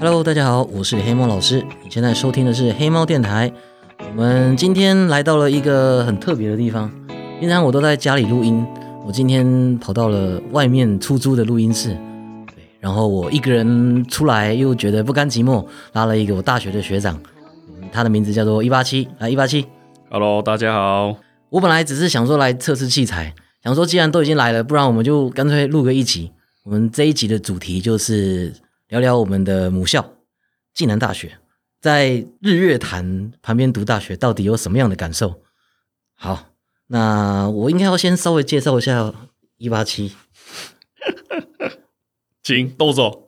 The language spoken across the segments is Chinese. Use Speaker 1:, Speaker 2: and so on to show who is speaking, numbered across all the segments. Speaker 1: Hello，大家好，我是黑猫老师。你现在收听的是黑猫电台。我们今天来到了一个很特别的地方。平常我都在家里录音，我今天跑到了外面出租的录音室。对，然后我一个人出来，又觉得不甘寂寞，拉了一个我大学的学长，嗯他的名字叫做一八七，来一八七。
Speaker 2: Hello，大家好。
Speaker 1: 我本来只是想说来测试器材，想说既然都已经来了，不然我们就干脆录个一集。我们这一集的主题就是聊聊我们的母校——暨南大学，在日月潭旁边读大学到底有什么样的感受？好，那我应该要先稍微介绍一下一八七，
Speaker 2: 请豆总，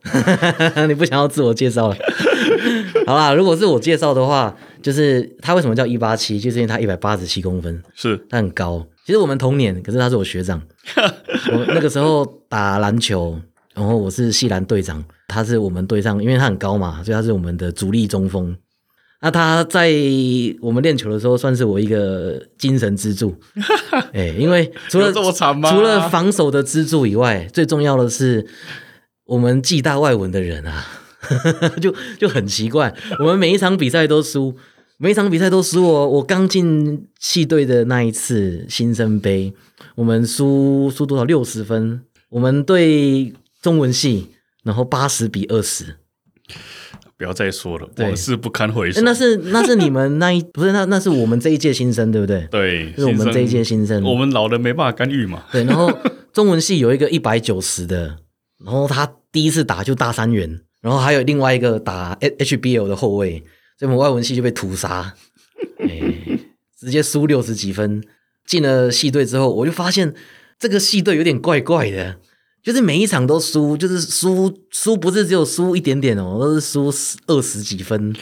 Speaker 1: 你不想要自我介绍了？ 好啦，如果是我介绍的话，就是他为什么叫一八七，就是因为他一百八十七公分，
Speaker 2: 是
Speaker 1: 他很高。其实我们同年，可是他是我学 长。我那个时候打篮球，然后我是系篮队长，他是我们队上，因为他很高嘛，所以他是我们的主力中锋。那他在我们练球的时候，算是我一个精神支 柱。哎、因为除了
Speaker 2: 有这么长吗
Speaker 1: 除了防守的支柱以外，最重要的是我们暨大外文的人啊， 就就很奇怪，我们每一场比赛都输，每一场比赛都输哦。我刚进系队的那一次新生杯，我们输输多少？六十分。我们对中文系，然后八十比二十。
Speaker 2: 不要再说了，
Speaker 1: 对
Speaker 2: 往事不堪回
Speaker 1: 诶
Speaker 2: 首。
Speaker 1: 那是那是你们那一不是那那是我们这一届新生对不对？
Speaker 2: 对，
Speaker 1: 是我们这一届新生。
Speaker 2: 我们老人没办法干预嘛。
Speaker 1: 对，然后中文系有一个一百九十的，然后他第一次打就大三元，然后还有另外一个打 H HBL 的后卫，所以我们外文系就被屠杀，哎，直接输六十几分。进了系队之后，我就发现这个系队有点怪怪的，就是每一场都输，就是输输不是只有输一点点哦，都是输二十几分。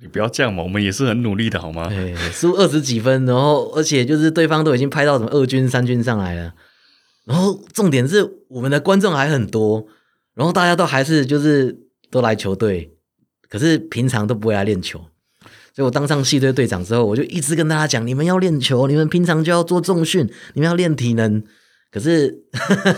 Speaker 2: 你不要这样嘛，我们也是很努力的好吗？
Speaker 1: 对，哎输二十几分，然后而且就是对方都已经拍到什么二军、三军上来了，然后重点是我们的观众还很多，然后大家都还是就是都来球队，可是平常都不会来练球，所以我当上系队队长之后，我就一直跟大家讲，你们要练球，你们平常就要做重训，你们要练体能。可是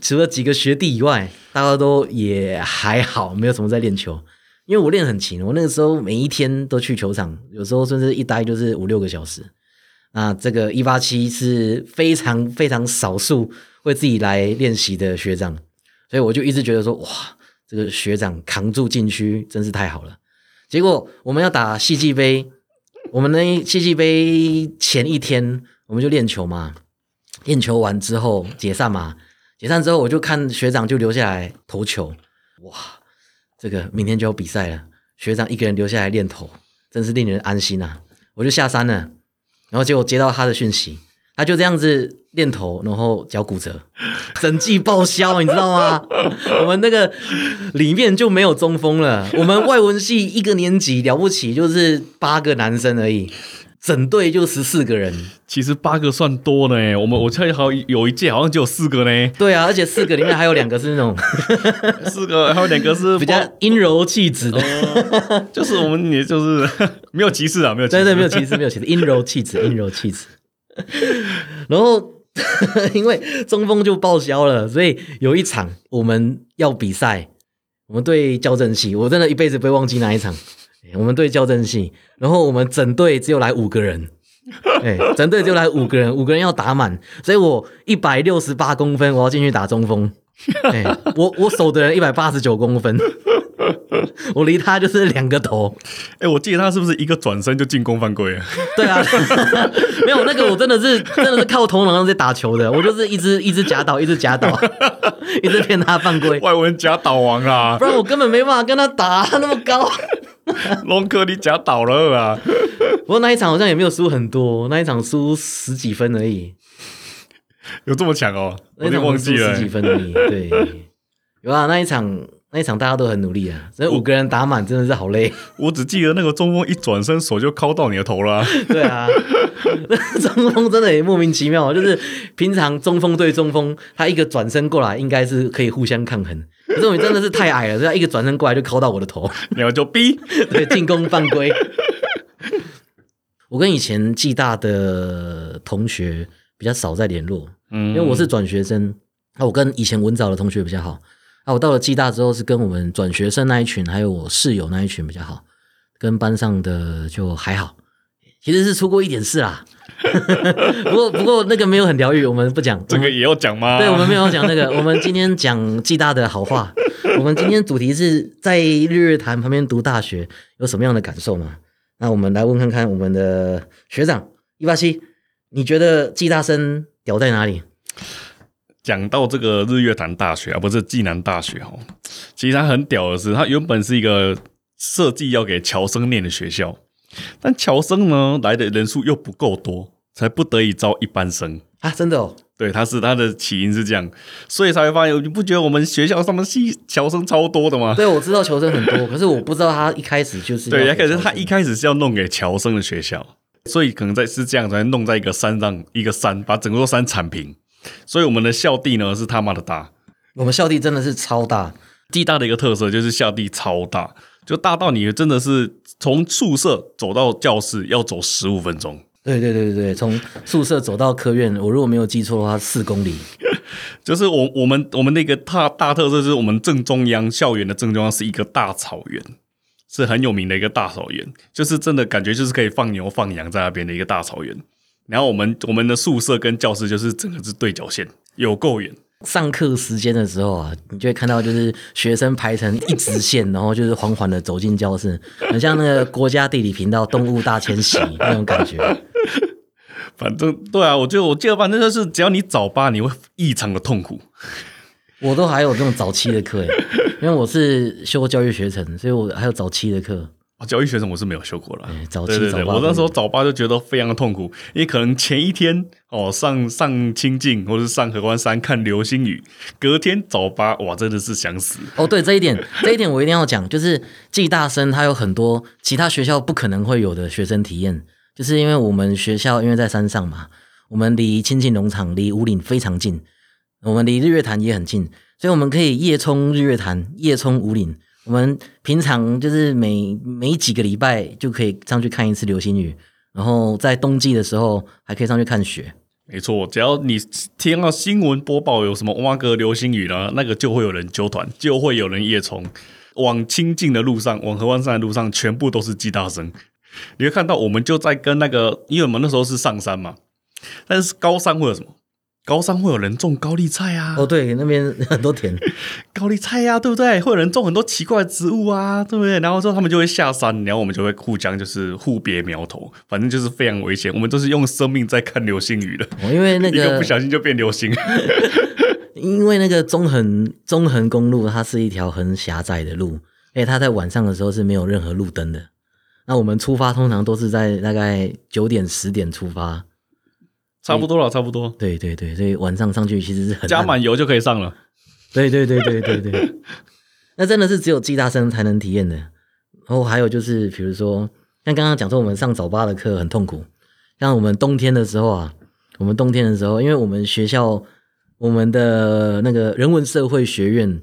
Speaker 1: 除了几个学弟以外，大家都也还好，没有什么在练球。因为我练很勤，我那个时候每一天都去球场，有时候甚至一待就是五六个小时。那这个一八七是非常非常少数会自己来练习的学长，所以我就一直觉得说，哇，这个学长扛住禁区真是太好了。结果我们要打戏剧杯，我们那戏剧杯前一天我们就练球嘛，练球完之后解散嘛，解散之后我就看学长就留下来投球，哇，这个明天就要比赛了，学长一个人留下来练投，真是令人安心啊！我就下山了，然后结果接到他的讯息，他就这样子练投，然后脚骨折，整季报销，你知道吗？我们那个里面就没有中锋了，我们外文系一个年级了不起就是八个男生而已，整队就十四个人。，
Speaker 2: 其实八个算多了耶，我们我记得好像有一届好像只有四个呢
Speaker 1: 对啊，而且四个里面还有两个是那种
Speaker 2: 四个还有两个是
Speaker 1: 比较阴柔气质的，
Speaker 2: 不，就是我们也就是 没有歧视啊，没有歧
Speaker 1: 对
Speaker 2: 视，
Speaker 1: 对，没有歧视，没有歧视，阴柔气 质，阴柔气质。然后 因为中锋就报销了，所以有一场我们要比赛，我们对校正系，我真的一辈子不会忘记那一场。哎我们对校正系，然后我们整队只有来五个人，哎，整队只有来五个人，五个人要打满，所以我一百六十八公分，我要进去打中锋。哎，我我守的人一百八十九公分， 我离他就是两个头。
Speaker 2: 哎，我记得他是不是一个转身就进攻犯规了？
Speaker 1: 对啊，没有那个我真的是真的是靠头脑在打球的，我就是一直一直夹倒，一直夹倒， 一直骗他犯规，
Speaker 2: 外文假倒王啊啦
Speaker 1: 不，然我根本没办法跟他打，啊他那么高。
Speaker 2: 龙哥你假倒了啊！
Speaker 1: 不过那一场好像也没有输很多，那一场输十几分而已，
Speaker 2: 有这么强哦？我
Speaker 1: 那一
Speaker 2: 有点
Speaker 1: 场
Speaker 2: 忘
Speaker 1: 我们输
Speaker 2: 记了欸
Speaker 1: 十几
Speaker 2: 耶。
Speaker 1: 分而已。对， 有啊，那一场那一场大家都很努力啊，所以五个人打满真的是好累。
Speaker 2: 我只记得那个中锋一转身手就敲到你的头 了啊、
Speaker 1: 对啊，中锋真的也莫名其妙， 就是平常中锋对中锋，他一个转身过来应该是可以互相抗衡，可是我们真的是太矮了，所以他一个转身过来就敲到我的头，
Speaker 2: 然后就逼，
Speaker 1: 对，进攻犯规。 我跟以前暨大的同学比较少在联络，啊
Speaker 2: 嗯
Speaker 1: 因为我是转学生，那我跟以前文藻的同学比较好，啊，我到了暨大之后是跟我们转学生那一群，还有我室友那一群比较好，跟班上的就还好，其实是出过一点事啦。 不过不过那个没有很疗愈，我们不讲
Speaker 2: 这个也要讲吗？
Speaker 1: 对，我们没有讲那个，我们今天讲暨大的好话。我们今天主题是在日月潭旁边读大学有什么样的感受嘛？那我们来问看看我们的学长伊巴西，你觉得暨大生屌在哪里？
Speaker 2: 讲到这个日月潭大学啊，不是暨南大学哦，其实它很屌的是，它原本是一个设计要给侨生念的学校，但侨生呢来的人数又不够多，才不得已招一般生。
Speaker 1: 啊，真的哦，
Speaker 2: 对，它是它的起因是这样，所以才会发现，你不觉得我们学校上面系侨生超多的吗？
Speaker 1: 对，我知道求生很 多，可是我不知道他一开始就是
Speaker 2: 对，
Speaker 1: 要
Speaker 2: 也可是他
Speaker 1: 求生
Speaker 2: 一开始是要弄给侨生的学校，所以可能在是这样才弄在一个山上，一个山把整座山铲平。所以我们的校地呢是他妈的大，
Speaker 1: 我们校地真的是超大，
Speaker 2: 地大的一个特色就是校地超大，就大到你真的是从宿舍走到教室要走十五分钟，
Speaker 1: 对对对对对，从宿舍走到科院，我如果没有记错的话，四公里。
Speaker 2: 就是我我们我们那个大大特色就是我们正中央校园的正中央是一个大草原，是很有名的一个大草原，就是真的感觉就是可以放牛放羊在那边的一个大草原。然后我们我们的宿舍跟教室就是整个是对角线，有够远。
Speaker 1: 上课时间的时候啊，你就会看到就是学生排成一直 线，然后就是缓缓的走进教室，很像那个国家地理频道《动物大迁徙》 那种感觉。
Speaker 2: 反正对啊，我就我记得反正就是只要你早八，你会异常的痛苦。
Speaker 1: 我都还有这种早期的课耶，欸因为我是修教育学程，所以我还有早期的课。
Speaker 2: 啊教育学生我是没有修过了
Speaker 1: 哎，早
Speaker 2: 对
Speaker 1: 期
Speaker 2: 对
Speaker 1: 早
Speaker 2: 对，
Speaker 1: 八
Speaker 2: 我
Speaker 1: 都
Speaker 2: 那时候
Speaker 1: 有
Speaker 2: 早八就觉得非常的痛苦，因为可能前一天哦上上清境或是上合欢山看流星雨，隔天早八哇真的是想死。
Speaker 1: 哦，对这一点，这一点我一定要讲，就是暨大生他有很多其他学校不可能会有的学生体验，就是因为我们学校因为在山上嘛，我们离亲近农场、离五岭非常近，我们离日月潭也很近，所以我们可以夜冲日月潭、夜冲五岭。我们平常就是每每几个礼拜就可以上去看一次流星雨，然后在冬季的时候还可以上去看雪。
Speaker 2: 没错，只要你听到新闻播报有什么挖哥流星雨呢，那个就会有人纠团，就会有人夜冲。往清境的路上，往合欢山的路上，全部都是鸡大声。你会看到，我们就在跟那个，因为我们那时候是上山嘛，但是高山会有什么？高山会有人种高丽菜啊，
Speaker 1: 哦，对，那边 很多田。
Speaker 2: 高丽菜呀、对不对？会有人种很多奇怪的植物啊，对不对？然后之后他们就会下山，然后我们就会互相就是互别苗头，反正就是非常危险。我们都是用生命在看流星雨的，
Speaker 1: 哦因为那
Speaker 2: 一个不小心就变流星。
Speaker 1: 因为那个中横中横公路，它是一条很狭窄的路，而且它在晚上的时候是没有任何路灯的。那我们出发通常都是在大概九点十点出发，
Speaker 2: 差不多了，差不多，
Speaker 1: 对对对，所以晚上上去其实是很
Speaker 2: 加
Speaker 1: 暗，
Speaker 2: 满油就可以 上了。
Speaker 1: 对对对对对对，那真的是只有暨大生才能体验的。然后还有就是，比如说像刚刚讲说我们上早八的课很痛苦，像我们冬天的时候啊，我们冬天的时候，因为我们学校我们的那个人文社会学院，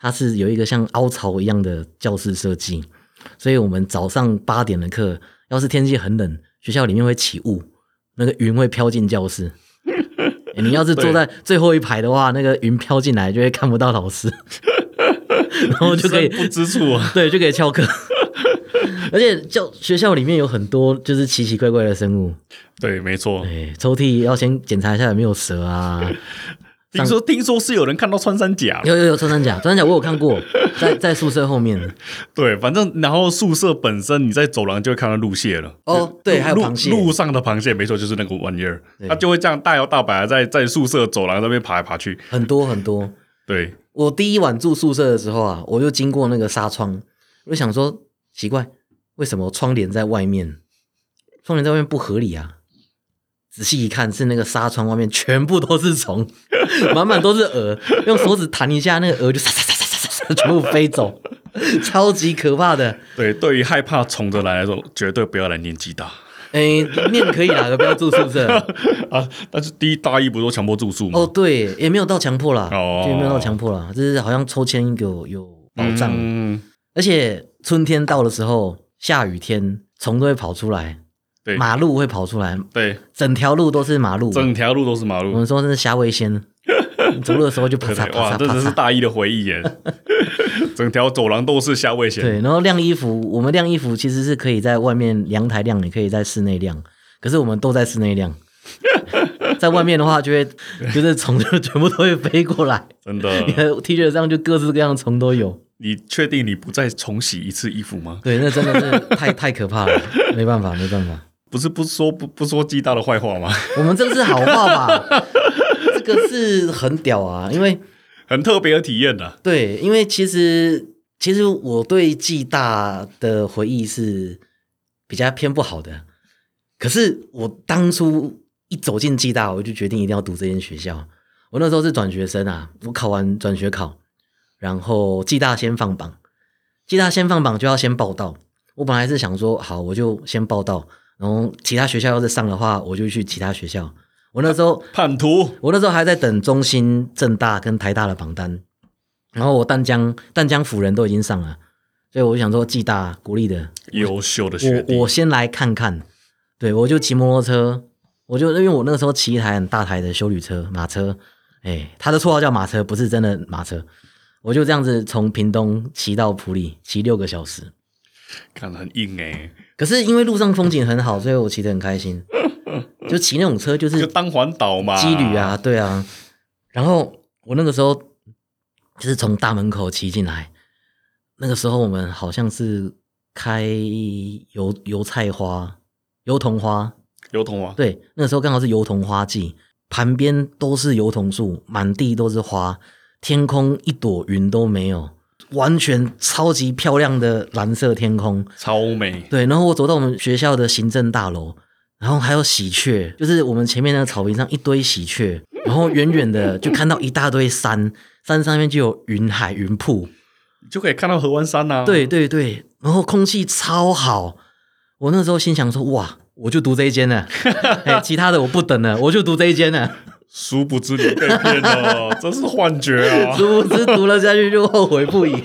Speaker 1: 它是有一个像凹槽一样的教室设计，所以我们早上八点的课，要是天气很冷，学校里面会起雾，那个云会飘进教室。欸你要是坐在最后一排的话，那个云飘进来就会看不到老师，然后就可以
Speaker 2: 人生不知处啊。
Speaker 1: 对，就可以翘课。而且教学校里面有很多就是奇奇怪怪的生物，
Speaker 2: 对，没错。
Speaker 1: 对，抽屉要先检查一下有没有蛇啊，
Speaker 2: 听说听说是有人看到穿山甲，
Speaker 1: 有有有穿山甲，穿山甲我有看过，在在宿舍后面。
Speaker 2: 对，反正然后宿舍本身你在走廊就会看到路蟹了。
Speaker 1: 哦，对，还有
Speaker 2: 路
Speaker 1: 螃蟹，
Speaker 2: 路上的螃蟹，没错，就是那个 one year，
Speaker 1: 对
Speaker 2: 它就会这样大摇大摆地在在宿舍走廊那边爬来爬去。
Speaker 1: 很多很多。
Speaker 2: 对，
Speaker 1: 我第一晚住宿舍的时候啊，我就经过那个纱窗，我就想说奇怪，为什么窗帘在外面？窗帘在外面不合理啊！仔细一看，是那个纱窗外面全部都是虫， 满满都是蛾，用手指弹一下，那个蛾就唰唰唰唰唰唰全部飞走，超级可怕的。
Speaker 2: 对，对于害怕虫的人来说，绝对不要来念暨大
Speaker 1: 哎，念可以啦，可不要住宿舍。
Speaker 2: 啊！但是第一大一不都强迫住宿吗？
Speaker 1: 哦，对，也没有到强迫啦，
Speaker 2: 哦
Speaker 1: 就也没有到强迫啦，就是好像抽签有有保障。
Speaker 2: 嗯，
Speaker 1: 而且春天到的时候，下雨天虫都会跑出来，
Speaker 2: 对
Speaker 1: 马路会跑出来，
Speaker 2: 对，
Speaker 1: 整条路都是马路。
Speaker 2: 整条路都是马
Speaker 1: 我
Speaker 2: 路，
Speaker 1: 们说那是虾味仙，走路的时候就啪
Speaker 2: 对
Speaker 1: 嚓
Speaker 2: 对，
Speaker 1: 啪
Speaker 2: 哇，
Speaker 1: 嚓
Speaker 2: 这
Speaker 1: 啪
Speaker 2: 真是
Speaker 1: 嚓。
Speaker 2: 大一的回 忆耶！整条走廊都是下位线，
Speaker 1: 对，然后晾衣服，我们晾衣服其实是可以在外面阳台晾，也可以在室内晾，可是我们都在室内 晾。在外面的话，就会就是虫就全部都会飞过来，
Speaker 2: 真的
Speaker 1: 你。的 T 恤上就各式各样的虫都有。
Speaker 2: 你确定你不再重洗一次衣服吗？
Speaker 1: 对，那真的是太太可怕了，没办法，没办法。
Speaker 2: 不是不说不不说鸡大的坏话吗？
Speaker 1: 我们这个是好话吧？这个是很屌啊，因为
Speaker 2: 很特别的体验啊的，
Speaker 1: 对，因为其实其实我对暨大的回忆是比较偏不好的，可是我当初一走进暨大，我就决定一定要读这间学校。我那时候是转学生啊，我考完转学考，然后暨大先放榜，暨大先放榜就要先报到。我本来是想说，好，我就先报到，然后其他学校要是上的话，我就去其他学校。我那时候
Speaker 2: 叛徒
Speaker 1: 我那时候还在等中心、正大跟台大的榜单，然后我淡江、淡江辅仁都已经上了，所以我就想说，暨大国立的，
Speaker 2: 优秀的学弟
Speaker 1: 我我先来看看。对，我就骑摩托车，我就因为我那个时候骑一台很大台的修旅车马车，哎，它的绰号叫马车，不是真的马车。我就这样子从屏东骑到埔里，骑六个小时。
Speaker 2: 看得很硬哎、
Speaker 1: 可是因为路上风景很好，所以我骑得很开心。就骑那种车，就是
Speaker 2: 就当环岛嘛，
Speaker 1: 羁旅啊，，对啊。然后我那个时候就是从大门口骑进来，那个时候我们好像是开油油菜花、油桐花，
Speaker 2: 油桐啊，
Speaker 1: 对，那个时候刚好是油桐花季，旁边都是油桐树，满地都是花，天空一朵云都没有，完全超级漂亮的蓝色天空。
Speaker 2: 超美，
Speaker 1: 对，然后我走到我们学校的行政大楼，然后还有喜鹊，就是我们前面那个草坪上一堆喜鹊，然后远远的就看到一大堆山，山上面就有云海、云瀑，
Speaker 2: 你就可以看到合湾山呐、啊。
Speaker 1: 对，对对，然后空气超好。我那时候心想说，哇，我就读这一间了，哎，其他的我不等了，我就读这一间了。
Speaker 2: 殊不知你被骗了，真是幻觉啊！
Speaker 1: 殊不知读了下去就后悔不已。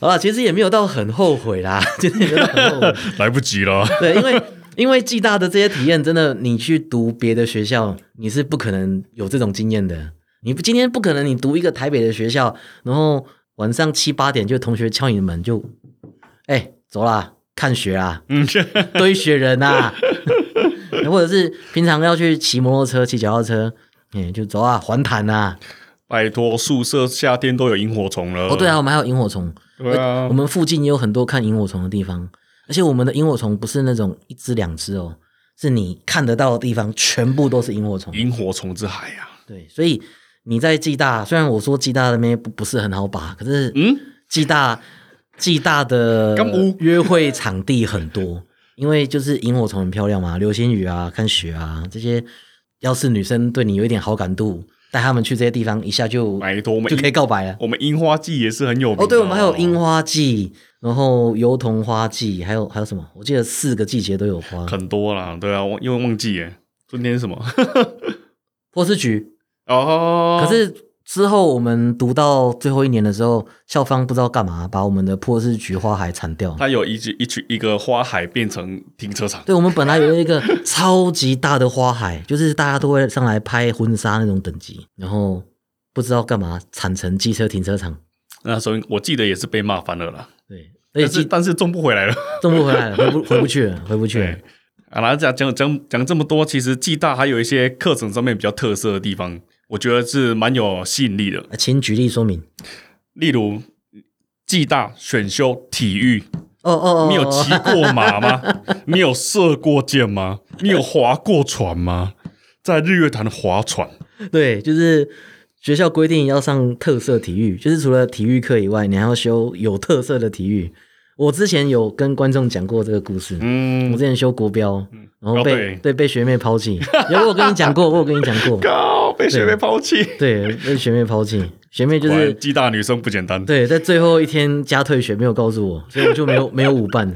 Speaker 1: 好了，其实也没有到很后悔啦，其实也没有到很后悔。
Speaker 2: 来不及了，
Speaker 1: 对，因为因为暨大的这些体验，真的你去读别的学校，你是不可能有这种经验的。你不今天不可能，你读一个台北的学校，然后晚上七八点就同学敲你的门，就哎、走啦，看雪啊，
Speaker 2: 嗯，
Speaker 1: 堆雪人啊， 或者是平常要去骑摩托车、骑脚踏车，哎、就走啊，环潭啊。
Speaker 2: 拜托，宿舍夏天都有萤火虫了。
Speaker 1: 哦，对啊，，我们还有萤火虫，
Speaker 2: 对啊
Speaker 1: 我，们附近也有很多看萤火虫的地方，而且我们的萤火虫不是那种一只两只哦，是你看得到的地方全部都是萤火虫。
Speaker 2: 萤火虫之海啊，
Speaker 1: 对，所以你在暨大，虽然我说暨大那边不不是很好把，可是
Speaker 2: 嗯，
Speaker 1: 暨大暨大的
Speaker 2: 干不
Speaker 1: 约会场地很多，因为就是萤火虫很漂亮嘛，流星雨啊、看雪啊这些，要是女生对你有一点好感度，带她们去这些地方，一下就
Speaker 2: 拜托，我们
Speaker 1: 就可以
Speaker 2: 樱
Speaker 1: 告白了。
Speaker 2: 我们樱花季也是很有名的啊
Speaker 1: 哦，对，我们还有樱，花季，然后油桐花季，还有还有什么？我记得四个季节都有花。
Speaker 2: 很多啦，对啊，我因为忘记耶，春天是什么？
Speaker 1: 波斯菊，
Speaker 2: 哦，
Speaker 1: 可是之后我们读到最后一年的时候，校方不知道干嘛把我们的波斯菊花海铲掉。
Speaker 2: 它有一只一群一个花海变成停车场，
Speaker 1: 对，我们本来有一个超级大的花海，就是大家都会上来拍婚纱那种等级，然后不知道干嘛铲成机车停车场。
Speaker 2: 那时候我记得也是被骂翻了啦，
Speaker 1: 对，而
Speaker 2: 但
Speaker 1: 且
Speaker 2: 是
Speaker 1: 机
Speaker 2: 但是种不回来了。
Speaker 1: 种不回来了，回不回不去了，回不去了
Speaker 2: 对。啊，然后讲讲讲讲这么多，其实暨大还有一些课程上面比较特色的地方，我觉得是蛮有吸引力的。
Speaker 1: 啊请举例说明。
Speaker 2: 例如，暨大选修体育，
Speaker 1: 哦哦哦，
Speaker 2: 你有骑过马吗？你有射过箭吗？你有划过船吗？在日月潭划船，
Speaker 1: 对，就是学校规定要上特色体育，就是除了体育课以外，你还要修有特色的体育。我之前有跟观众讲过这个故事，我之
Speaker 2: 嗯，
Speaker 1: 前修国标，然后
Speaker 2: 哦
Speaker 1: 被、
Speaker 2: 对
Speaker 1: 对被学妹抛弃，有我有跟你讲过，我有跟你讲过，
Speaker 2: 靠，被学妹抛弃，
Speaker 1: 对，被学妹抛弃，学妹啊就
Speaker 2: 果然
Speaker 1: 是
Speaker 2: 暨大女生不简单。
Speaker 1: 对，在最后一天加退学没有告诉我，所以我就没有没有舞伴。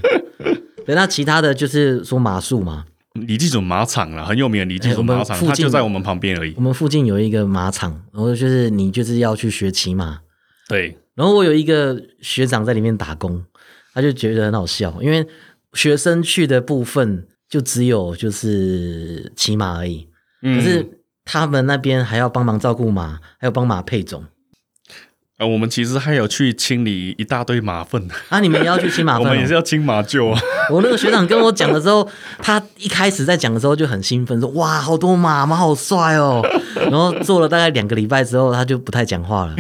Speaker 1: 对，那其他的就是说马术嘛，
Speaker 2: 李济准马场啦，很有名的李济
Speaker 1: 哎我
Speaker 2: 准
Speaker 1: 们
Speaker 2: 马场，
Speaker 1: 附
Speaker 2: 它就
Speaker 1: 近
Speaker 2: 在我们旁边而已
Speaker 1: 我。们附近有一个马场，然后就是你就是要去学骑马，
Speaker 2: 对，
Speaker 1: 然后我有一个学长在里面打工，他就觉得很好笑，因为学生去的部分就只有就是骑马而已，
Speaker 2: 可
Speaker 1: 可是他们那边还要帮忙照顾马，还要帮马配种
Speaker 2: 啊，我们其实还有去清理一大堆马粪，
Speaker 1: 啊！你们也要去清马
Speaker 2: 我
Speaker 1: 粪、
Speaker 2: 们也是
Speaker 1: 哦。
Speaker 2: 要清马厩啊。
Speaker 1: 我那个学长跟我讲的时候， 他一开始在讲的时候就很兴奋，说：“哇，好多马，马好帅哦！” 然后做了大概两个礼拜之后，他就不太讲话了。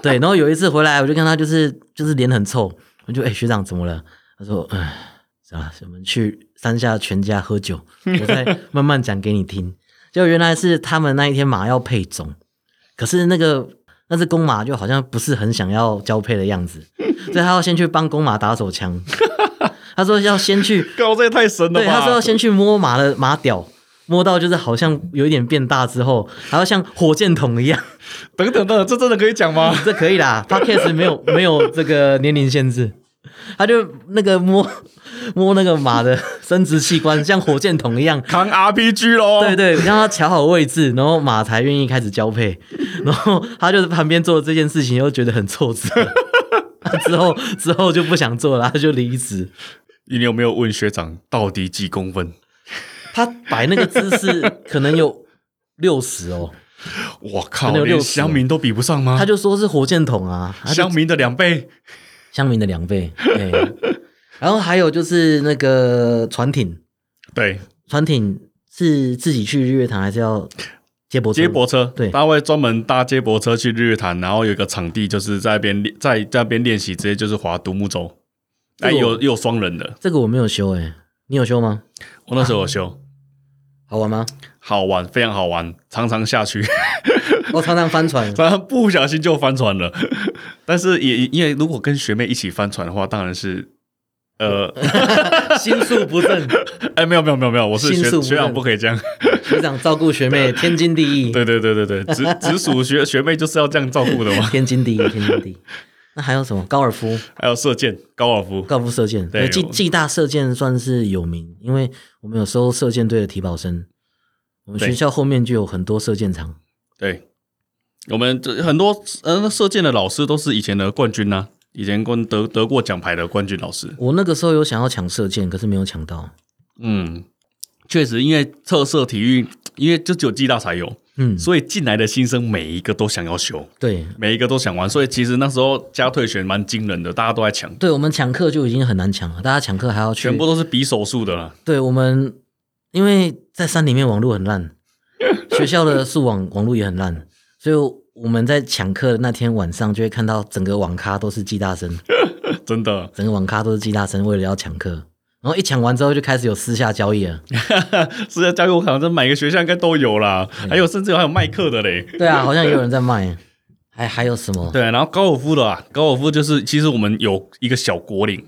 Speaker 1: 对，然后有一次回来，我就看他就是就是脸很臭，我就哎、学长怎么了？他说：“哎，啊，我们去山下全家喝酒，我再慢慢讲给你听。”就原来是他们那一天马要配种，可是那个那只公马就好像不是很想要交配的样子，所以他要先去帮公马打手枪。他说要先去，
Speaker 2: 靠，这也太神了吧！
Speaker 1: 对，他说要先去摸马的马屌，摸到就是好像有一点变大之后，还要像火箭筒一样。
Speaker 2: 等等等等，这真的可以讲吗？
Speaker 1: 这可以啦 p o d c a s 没有 没有这个年龄限制，他就那个摸 摸那个马的生殖器官，像火箭筒一样。
Speaker 2: 扛 RPG 喽！
Speaker 1: 对对，让他瞧好位置，然后马才愿意开始交配。然后他就是旁边做了这件事情，又觉得很挫折， 他之后之后就不想做了，他就离职。
Speaker 2: 你有没有问学长到底几公分？
Speaker 1: 他摆那个姿势可能有六十哦，
Speaker 2: 我靠，
Speaker 1: 真的有
Speaker 2: 连
Speaker 1: 60
Speaker 2: 乡民都比不上吗
Speaker 1: 他？就说是火箭筒啊，他就
Speaker 2: 乡民的两倍，
Speaker 1: 乡民的两 倍。对，然后还有就是那个船艇，
Speaker 2: 对，
Speaker 1: 船艇是自己去日月潭，还是要接驳车？
Speaker 2: 接驳车，
Speaker 1: 对
Speaker 2: 他会专门搭接驳车去日月潭，然后有一个场地，就是在那边练，在在那边练习，直接就是划独木舟。哎，
Speaker 1: 这个我
Speaker 2: 有有双人的，
Speaker 1: 这个我没有修哎、你有修吗？
Speaker 2: 我那时候有修，
Speaker 1: 好玩吗？
Speaker 2: 好玩，非常好玩，常常下去，，
Speaker 1: 我哦常常翻船
Speaker 2: 常常不小心就翻船了。 但是也因为如果跟学妹一起翻船的话，当然是。呃，
Speaker 1: 心术不正，
Speaker 2: 哎，没有没有没有没有，我是
Speaker 1: 心术不
Speaker 2: 学学长，
Speaker 1: 正
Speaker 2: 不可以这样。
Speaker 1: 学长照顾学妹，天经地义，
Speaker 2: 对对对对对， 直直属学学妹就是要这样照顾的嘛。
Speaker 1: 天经地义，天经地义。那还有什么？高尔夫，
Speaker 2: 还有射箭、高尔夫，
Speaker 1: 高尔夫射箭，对，
Speaker 2: 对
Speaker 1: 暨
Speaker 2: 我
Speaker 1: 暨大射箭算是有名，因为我们有收射箭队的体保生，我们
Speaker 2: 对
Speaker 1: 学校后面就有很多射箭场。
Speaker 2: 对，我们这很多呃那射箭的老师都是以前的冠军呐、啊以前冠得得过奖牌的冠军老师。
Speaker 1: 我那个时候有想要抢射箭，可是没有抢到。
Speaker 2: 嗯，确实，因为特色体育，因为就只有暨大才有，
Speaker 1: 嗯，
Speaker 2: 所以进来的新生每一个都想要修，
Speaker 1: 对，
Speaker 2: 每一个都想玩，所以其实那时候加退选蛮惊人的，大家都在抢，
Speaker 1: 对我们抢课就已经很难抢了，大家抢课还要去
Speaker 2: 全部都是比手速 的啦。
Speaker 1: 对我们，因为在山里面网络很 烂，学校的速网网络也很烂，所以我们在抢课的那天晚上就会看到整个网咖都是暨大生，
Speaker 2: 真的，
Speaker 1: 整个网咖都是暨大生为了要抢课，然后一抢完之后就开始有私下交易了。
Speaker 2: 私家教育我好像每个学校应该都有啦，
Speaker 1: 嗯
Speaker 2: 还有甚至还有卖课的嘞。
Speaker 1: 对啊，好像也有人在卖，还还有什么？
Speaker 2: 对，然后高尔夫的啊，高尔夫就是其实我们有一个小国岭，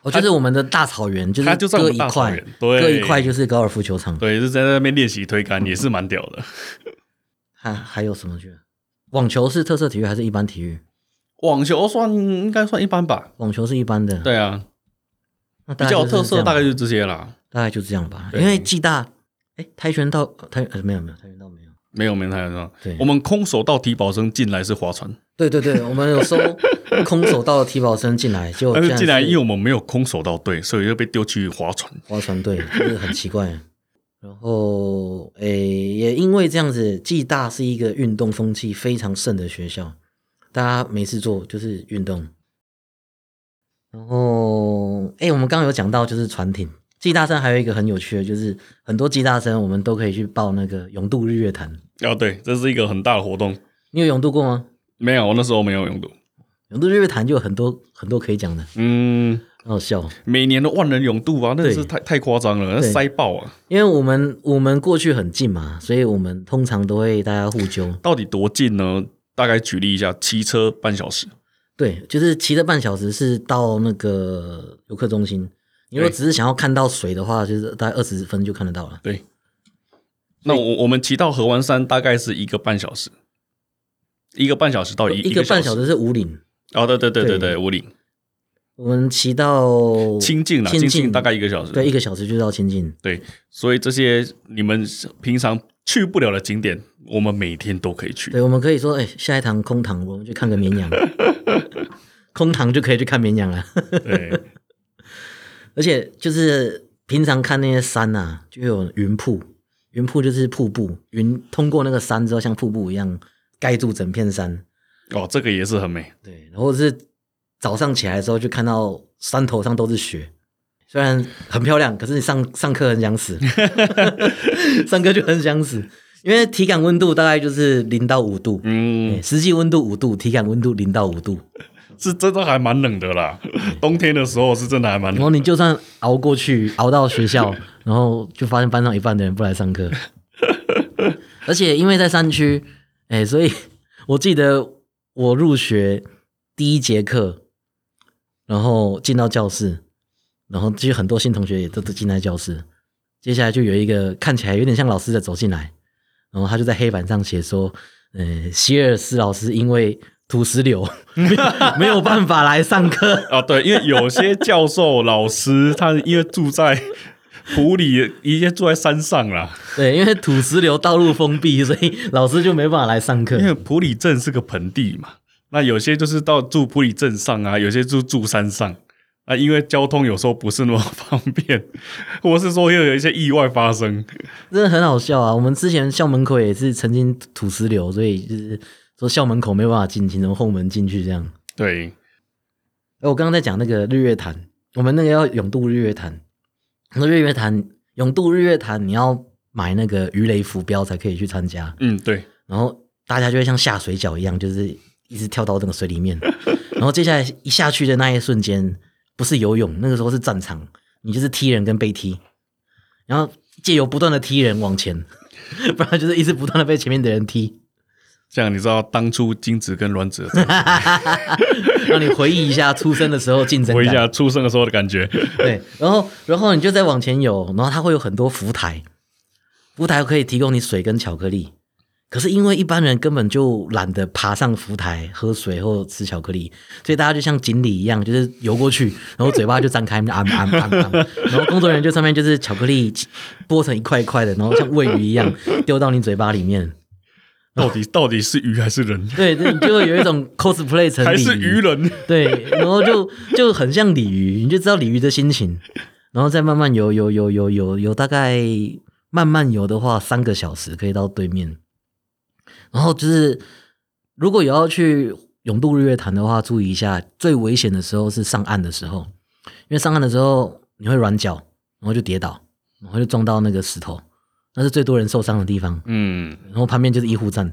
Speaker 1: 我觉得我们的大草原就是
Speaker 2: 它就在我
Speaker 1: 各
Speaker 2: 们
Speaker 1: 一
Speaker 2: 大草
Speaker 1: 块
Speaker 2: 原，对
Speaker 1: 各一块嗯就是高尔夫球场。
Speaker 2: 对，是在那边练习推杆，也是蛮屌的。
Speaker 1: 还还有什么去了？网球是特色体育还是一般体育？
Speaker 2: 网球算应该算一般吧，
Speaker 1: 网球是一般的，
Speaker 2: 对啊，
Speaker 1: 那大概
Speaker 2: 比较有
Speaker 1: 就是这
Speaker 2: 特
Speaker 1: 样吧，
Speaker 2: 色大概就是这些啦。
Speaker 1: 大概就这样吧。
Speaker 2: 对
Speaker 1: 因为暨大，哎，跆拳道，呃跆呃没有没有跆拳道没有。
Speaker 2: 没有没有太多，
Speaker 1: 对
Speaker 2: 我们空手道体保生进来是划船，
Speaker 1: 对对对，我们有收空手道的体保生进来，结果
Speaker 2: 但
Speaker 1: 竟
Speaker 2: 是
Speaker 1: 然
Speaker 2: 呃进来因
Speaker 1: 哦
Speaker 2: 为
Speaker 1: 是
Speaker 2: 我们没有空手道队，所以就被丢去划船。
Speaker 1: 划船队， 就是很奇怪。然后，诶，也因为这样子，暨大是一个运动风气非常盛的学校，大家没事做就是运动。然后，诶，我们刚刚有讲到就是船艇，暨大生还有一个很有趣的，就是很多暨大生我们都可以去报那个泳渡日月潭。
Speaker 2: 啊，对，这是一个很大的活动。
Speaker 1: 你有泳渡过吗？
Speaker 2: 没有，我那时候没有勇度。
Speaker 1: 永渡日月潭就有很多很多可以讲的，
Speaker 2: 嗯，
Speaker 1: 很好笑。
Speaker 2: 每年的万人勇度啊，那
Speaker 1: 对
Speaker 2: 是太太夸张了，那
Speaker 1: 对
Speaker 2: 塞爆啊！
Speaker 1: 因为我们我们过去很近嘛，所以我们通常都会大家互揪，
Speaker 2: 到底多近呢？大概举例一下，骑车半小时，
Speaker 1: 对，就是骑了半小时是到那个游客中心。你如果
Speaker 2: 对
Speaker 1: 只是想要看到水的话，就是大概二十分就看得到了。
Speaker 2: 对。那我我们骑到合欢山大概是一个半小时，一个半小时到一
Speaker 1: 一个半小
Speaker 2: 时。
Speaker 1: 时是五岭，
Speaker 2: 哦，对对对对对，
Speaker 1: 对
Speaker 2: 五岭
Speaker 1: 我们骑到
Speaker 2: 清境啦，
Speaker 1: 清
Speaker 2: 清
Speaker 1: 境
Speaker 2: 境啊大概一个小时。
Speaker 1: 对一个小时就到清境。
Speaker 2: 对所以这些你们平常去不了的景点，我们每天都可以去。
Speaker 1: 对，我们可以说，哎，下一堂空堂，我们去看个绵 羊，空堂就可以去看绵羊了。
Speaker 2: 对，
Speaker 1: 而且就是平常看那些山啊，就有云瀑，云瀑就是瀑布，云通过那个山之后，像瀑布一样盖住整片山。
Speaker 2: 哦，这个也是很美，
Speaker 1: 对，然后是早上起来的时候就看到山头上都是雪，虽然很漂亮，可是你上上课很想死， 上课就很想死，因为体感温度大概就是零到五度，
Speaker 2: 嗯，
Speaker 1: 对实际温度五度，体感温度零到五度，
Speaker 2: 是真的还蛮冷的 啦。冬天的时候是真的还蛮
Speaker 1: 然
Speaker 2: 冷，
Speaker 1: 后你就算熬过去，熬到学校，然后就发现班上一半的人不来上课，而且因为在山区，哎、所以我记得我入学第一节课，然后进到教室，然后其实很多新同学也都都进来教室，接下来就有一个看起来有点像老师的走进来，然后他就在黑板上写说，呃，希尔斯老师因为土石流没有没有办法来上课。
Speaker 2: 啊，对，因为有些教授、老师，他因为住在湖里，一些住在山上 啦。
Speaker 1: 对，因为土石流道路封闭，所以老师就没办法来上课
Speaker 2: 因。为普里镇是个盆地嘛，那有些就是到住普里镇上啊，有些就住山上。啊，因为交通有时候不是那么方便， 或是说又有一些意外发生，
Speaker 1: 真的很好笑啊！我们之前校门口也是曾经土石流，所以就是说校门口没有办法进去，从后门进去这样。
Speaker 2: 对，
Speaker 1: 哎，我刚刚在讲那个日月潭，我们那个要永渡日月潭，那日月潭永渡日月潭，你要买那个鱼雷浮标才可以去参加。
Speaker 2: 嗯，对，
Speaker 1: 然后大家就会像下水饺一样，就是一直跳到那个水里面。然后接下来一下去的那一瞬间，不是游泳，那个时候是战场，你就是踢人跟被踢，然后借由不断的踢人往前， 不然就是一直不断的被前面的人踢，
Speaker 2: 像你知道当初精子跟卵 子的战争
Speaker 1: 让你回忆一下出生的时候竞争
Speaker 2: 回一
Speaker 1: 感。
Speaker 2: 下出生的时候的感觉，
Speaker 1: 对，然后然后你就再往前游，然后它会有很多浮台，浮台可以提供你水跟巧克力。可是因为一般人根本就懒得爬上浮台喝水或吃巧克力，所以大家就像锦鲤一样，就是游过去，然后嘴巴就张开，啊啊啊啊！然后工作人员就上面就是巧克力剥成一块一块的，然后像喂鱼一样丢到你嘴巴里面。
Speaker 2: 到底到底是鱼还是人，
Speaker 1: 对，你就会有一种 cosplay 成
Speaker 2: 还
Speaker 1: 鲤
Speaker 2: 是鱼嗯人？
Speaker 1: 对，然后就就很像鲤鱼，你就知道鲤鱼的心情，然后再慢慢游游游游游游，大概慢慢游的话，三个小时可以到对面。然后就是如果有要去永渡日月潭的话，注意一下，最危险的时候是上岸的时候，因为上岸的时候你会软脚，然后就跌倒，然后就撞到那个石头，那是最多人受伤的地方。
Speaker 2: 嗯，
Speaker 1: 然后旁边就是医护站。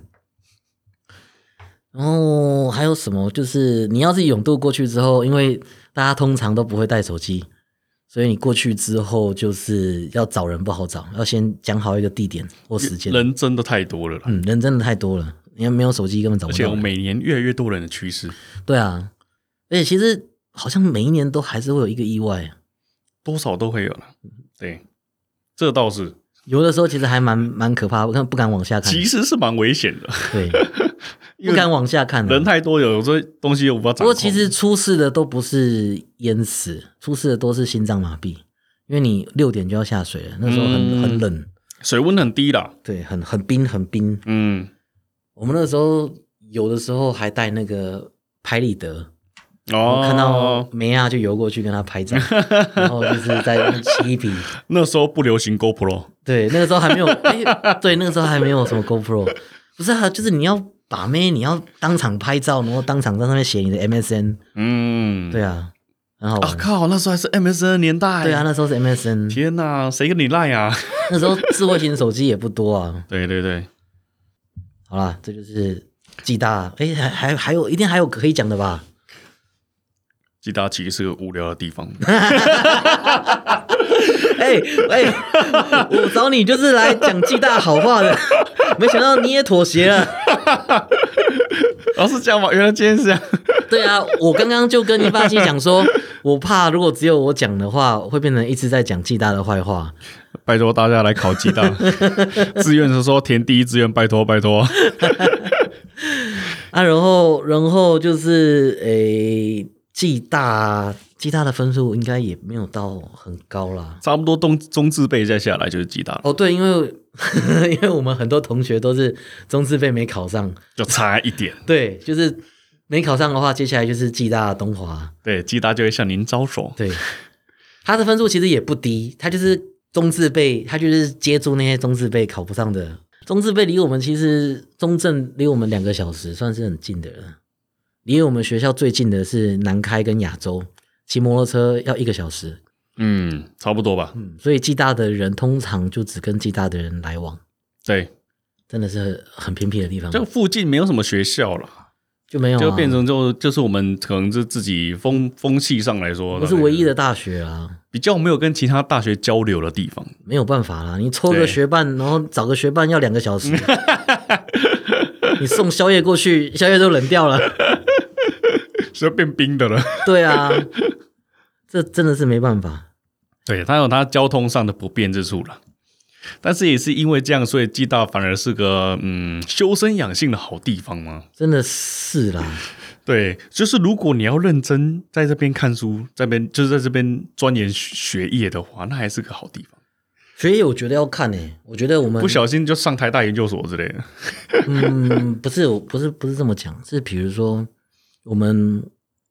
Speaker 1: 然后还有什么？就是你要是永渡过去之后，因为大家通常都不会带手机，所以你过去之后就是要找人不好找，要先讲好一个地点或时间。
Speaker 2: 人真的太多了啦，
Speaker 1: 嗯，人真的太多了，你要没有手机根本找
Speaker 2: 而
Speaker 1: 不
Speaker 2: 且有
Speaker 1: 到。
Speaker 2: 每年越来越多人的趋势，
Speaker 1: 对啊，而且其实好像每一年都还是会有一个意外，
Speaker 2: 多少都会有了。
Speaker 1: 嗯
Speaker 2: 对，这倒是，
Speaker 1: 有的时候其实还蛮蛮可怕，我看不敢往下看，
Speaker 2: 其实是蛮危险的，
Speaker 1: 对，
Speaker 2: 因
Speaker 1: 嗯不
Speaker 2: 为
Speaker 1: 敢往下看啊。
Speaker 2: 人太多，有这东西又无法
Speaker 1: 不
Speaker 2: 掌控。
Speaker 1: 过其实出事的都不是淹死，出事的都是心脏麻痹，因为你六点就要下水了，那时候很、
Speaker 2: 嗯
Speaker 1: 很冷，
Speaker 2: 水温很低啦，
Speaker 1: 对，很很冰很冰。
Speaker 2: 嗯，
Speaker 1: 我们那时候有的时候还带那个拍立得，
Speaker 2: 哦，
Speaker 1: 看到梅亚就游过去跟他 拍照，然后就是在那边骑一匹。
Speaker 2: 那时候不流行 GoPro，
Speaker 1: 对，那个时候 还没有，哎，对，那个时候还没有什么 GoPro，不是啊，就是你要把妹，你要当场拍照，然后当场在上面写你的 MSN，
Speaker 2: 嗯，
Speaker 1: 对啊，很好
Speaker 2: 啊
Speaker 1: 玩。
Speaker 2: 靠，那时候还是 MSN 的年代，
Speaker 1: 对啊，，那时候是 MSN，
Speaker 2: 天哪、谁跟你赖啊？
Speaker 1: 那时候智慧型手机也不多啊。
Speaker 2: 对对对，
Speaker 1: 好啦，这就是暨大，哎，还还还有一定还有可以讲的吧？
Speaker 2: 吉他其实是个无聊的地方，
Speaker 1: 哎哎，我找你就是来讲暨大好话的，没想到你也妥协了。
Speaker 2: 老哦是这样吗？原来今天是这样，
Speaker 1: 对啊，我刚刚就跟你爸气讲说，我怕如果只有我讲的话，会变成一直在讲暨大的坏话。
Speaker 2: 拜托大家来考吉 他，志愿是说填第一志愿，拜托拜托，
Speaker 1: 啊，然后然后就是诶，暨大暨大的分数应该也没有到很高啦。
Speaker 2: 差不多中中字辈再下来就是吉他了，
Speaker 1: 哦，对，因为 因为我们很多同学都是中四被没考上，
Speaker 2: 就差一点。
Speaker 1: 对，就是没考上的话，接下来就是暨大东华，
Speaker 2: 对，吉他就会向您招手。
Speaker 1: 对，他的分数其实也不低，他就是中字辈，他就是接住那些中字辈考不上的。中字辈离我们其实中正离我们两个小时，算是很近的了。离我们学校最近的是南开跟亚洲，骑摩托车要一个小时。
Speaker 2: 嗯，差不多吧。
Speaker 1: 嗯，所以暨大的人通常就只跟暨大的人来往，
Speaker 2: 对，
Speaker 1: 真的是很偏僻的地方，
Speaker 2: 这
Speaker 1: 就
Speaker 2: 附近没有什么学校了，
Speaker 1: 就没有、啊，
Speaker 2: 就变成就就是我们可能是自己风风气上来说，
Speaker 1: 不是唯一的大学啊，
Speaker 2: 比较没有跟其他大学交流的地方。
Speaker 1: 没有办法啦。你抽个
Speaker 2: 对
Speaker 1: 学伴，然后找个学伴要两个小时，你送宵夜过去，宵夜都冷掉了。
Speaker 2: 是要变冰的了。
Speaker 1: 对啊，这真的是没办法。
Speaker 2: 对，它有它交通上的不便之处了。但是也是因为这样，所以暨大反而是个嗯修身养性的好地方嘛。
Speaker 1: 真的是啦，
Speaker 2: 对，就是如果你要认真在这边看书，这边就是在这边钻研学业的话，那还是个好地方。
Speaker 1: 学业我觉得要看诶、欸我觉得我们
Speaker 2: 不小心就上台大研究所之类的。
Speaker 1: 嗯，不是，我不是不是这么讲，是比如说我们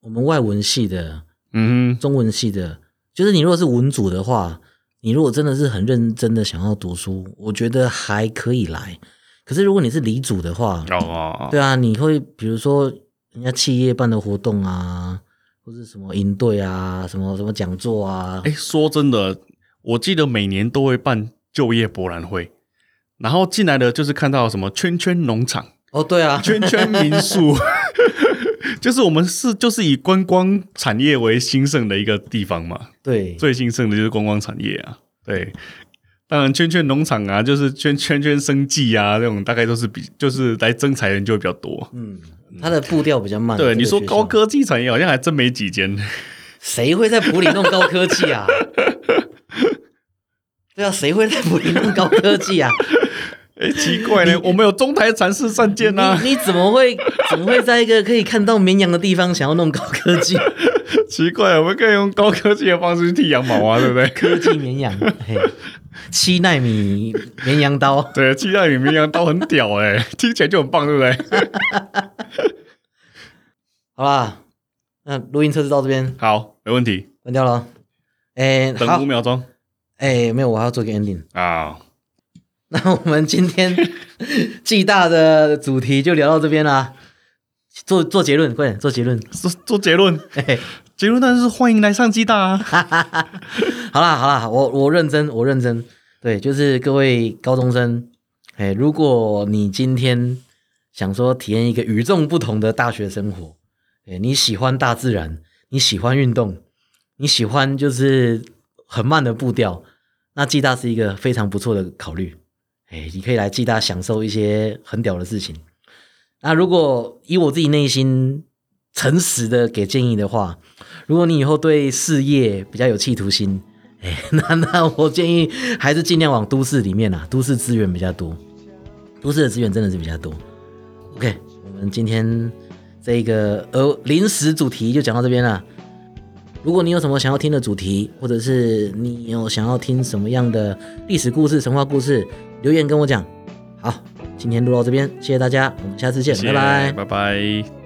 Speaker 1: 我们外文系的、
Speaker 2: 嗯哼，
Speaker 1: 中文系的，就是你如果是文组的话，你如果真的是很认真的想要读书，我觉得还可以来。可是如果你是理组的话，
Speaker 2: 哦，
Speaker 1: 对啊，你会比如说人家企业办的活动啊，或是什么营队啊，什么什么讲座啊，
Speaker 2: 哎，说真的，我记得每年都会办就业博览会，然后进来的就是看到什么圈圈农场。
Speaker 1: 哦，对啊，
Speaker 2: 圈圈民宿， 就是我们是就是以观光产业为兴盛的一个地方嘛，
Speaker 1: 对，
Speaker 2: 最兴盛的就是观光产业啊。对，当然圈圈农场啊，就是圈圈圈生计啊，这种大概都是比就是来争财的人就会比较多。
Speaker 1: 嗯，它的步调比较慢。
Speaker 2: 对，
Speaker 1: 这个
Speaker 2: 你说
Speaker 1: 学校
Speaker 2: 高，科技产业好像还真没几间。
Speaker 1: 谁会在普里弄高科技啊？对啊，谁会在普里弄高科技啊？
Speaker 2: 哎，奇怪呢，我们有中台禅寺善建啊，
Speaker 1: 你你怎么会怎么会在一个可以看到绵羊的地方想要弄高科技
Speaker 2: 奇怪，我们可以用高科技的方式去剃羊毛啊，对不对？
Speaker 1: 科技绵羊？嘿，七纳米绵羊刀，
Speaker 2: 对，鸡蛋与绵羊刀很屌哎、 听起来就很棒，对不对？
Speaker 1: 好啦，那录音测试到这边
Speaker 2: 好，没问题，
Speaker 1: 关掉了。哎、
Speaker 2: 等五
Speaker 1: 好，
Speaker 2: 秒钟。
Speaker 1: 哎、没有，我还要做一个 ending。
Speaker 2: 啊，
Speaker 1: 那我们今天 暨大的主题就聊到这边啦。做做结论，快点做结论。
Speaker 2: 做做结论，
Speaker 1: 嘿嘿
Speaker 2: 结论当然是欢迎来上鸡大啊！
Speaker 1: 好啦好啦，我我认真，我认真。对，就是各位高中生，哎，如果你今天想说体验一个与众不同的大学生活，哎，你喜欢大自然，你喜欢运动，你喜欢就是很慢的步调，那暨大是一个非常不错的考虑。哎，你可以来暨大享受一些很屌的事情。那如果以我自己内心诚实的给建议的话，如果你以后对事业比较有企图心， 哎，那那我建议还是尽量往都市里面啊，都市资源比较多，都市的资源真的是比较多。OK，我们今天这一个呃临时主题就讲到这边了。如果你有什么想要听的主题，或者是你有想要听什么样的历史故事、神话故事，留言跟我讲。好，今天录到这边，谢谢大家，我们下次见，拜拜。
Speaker 2: 拜拜。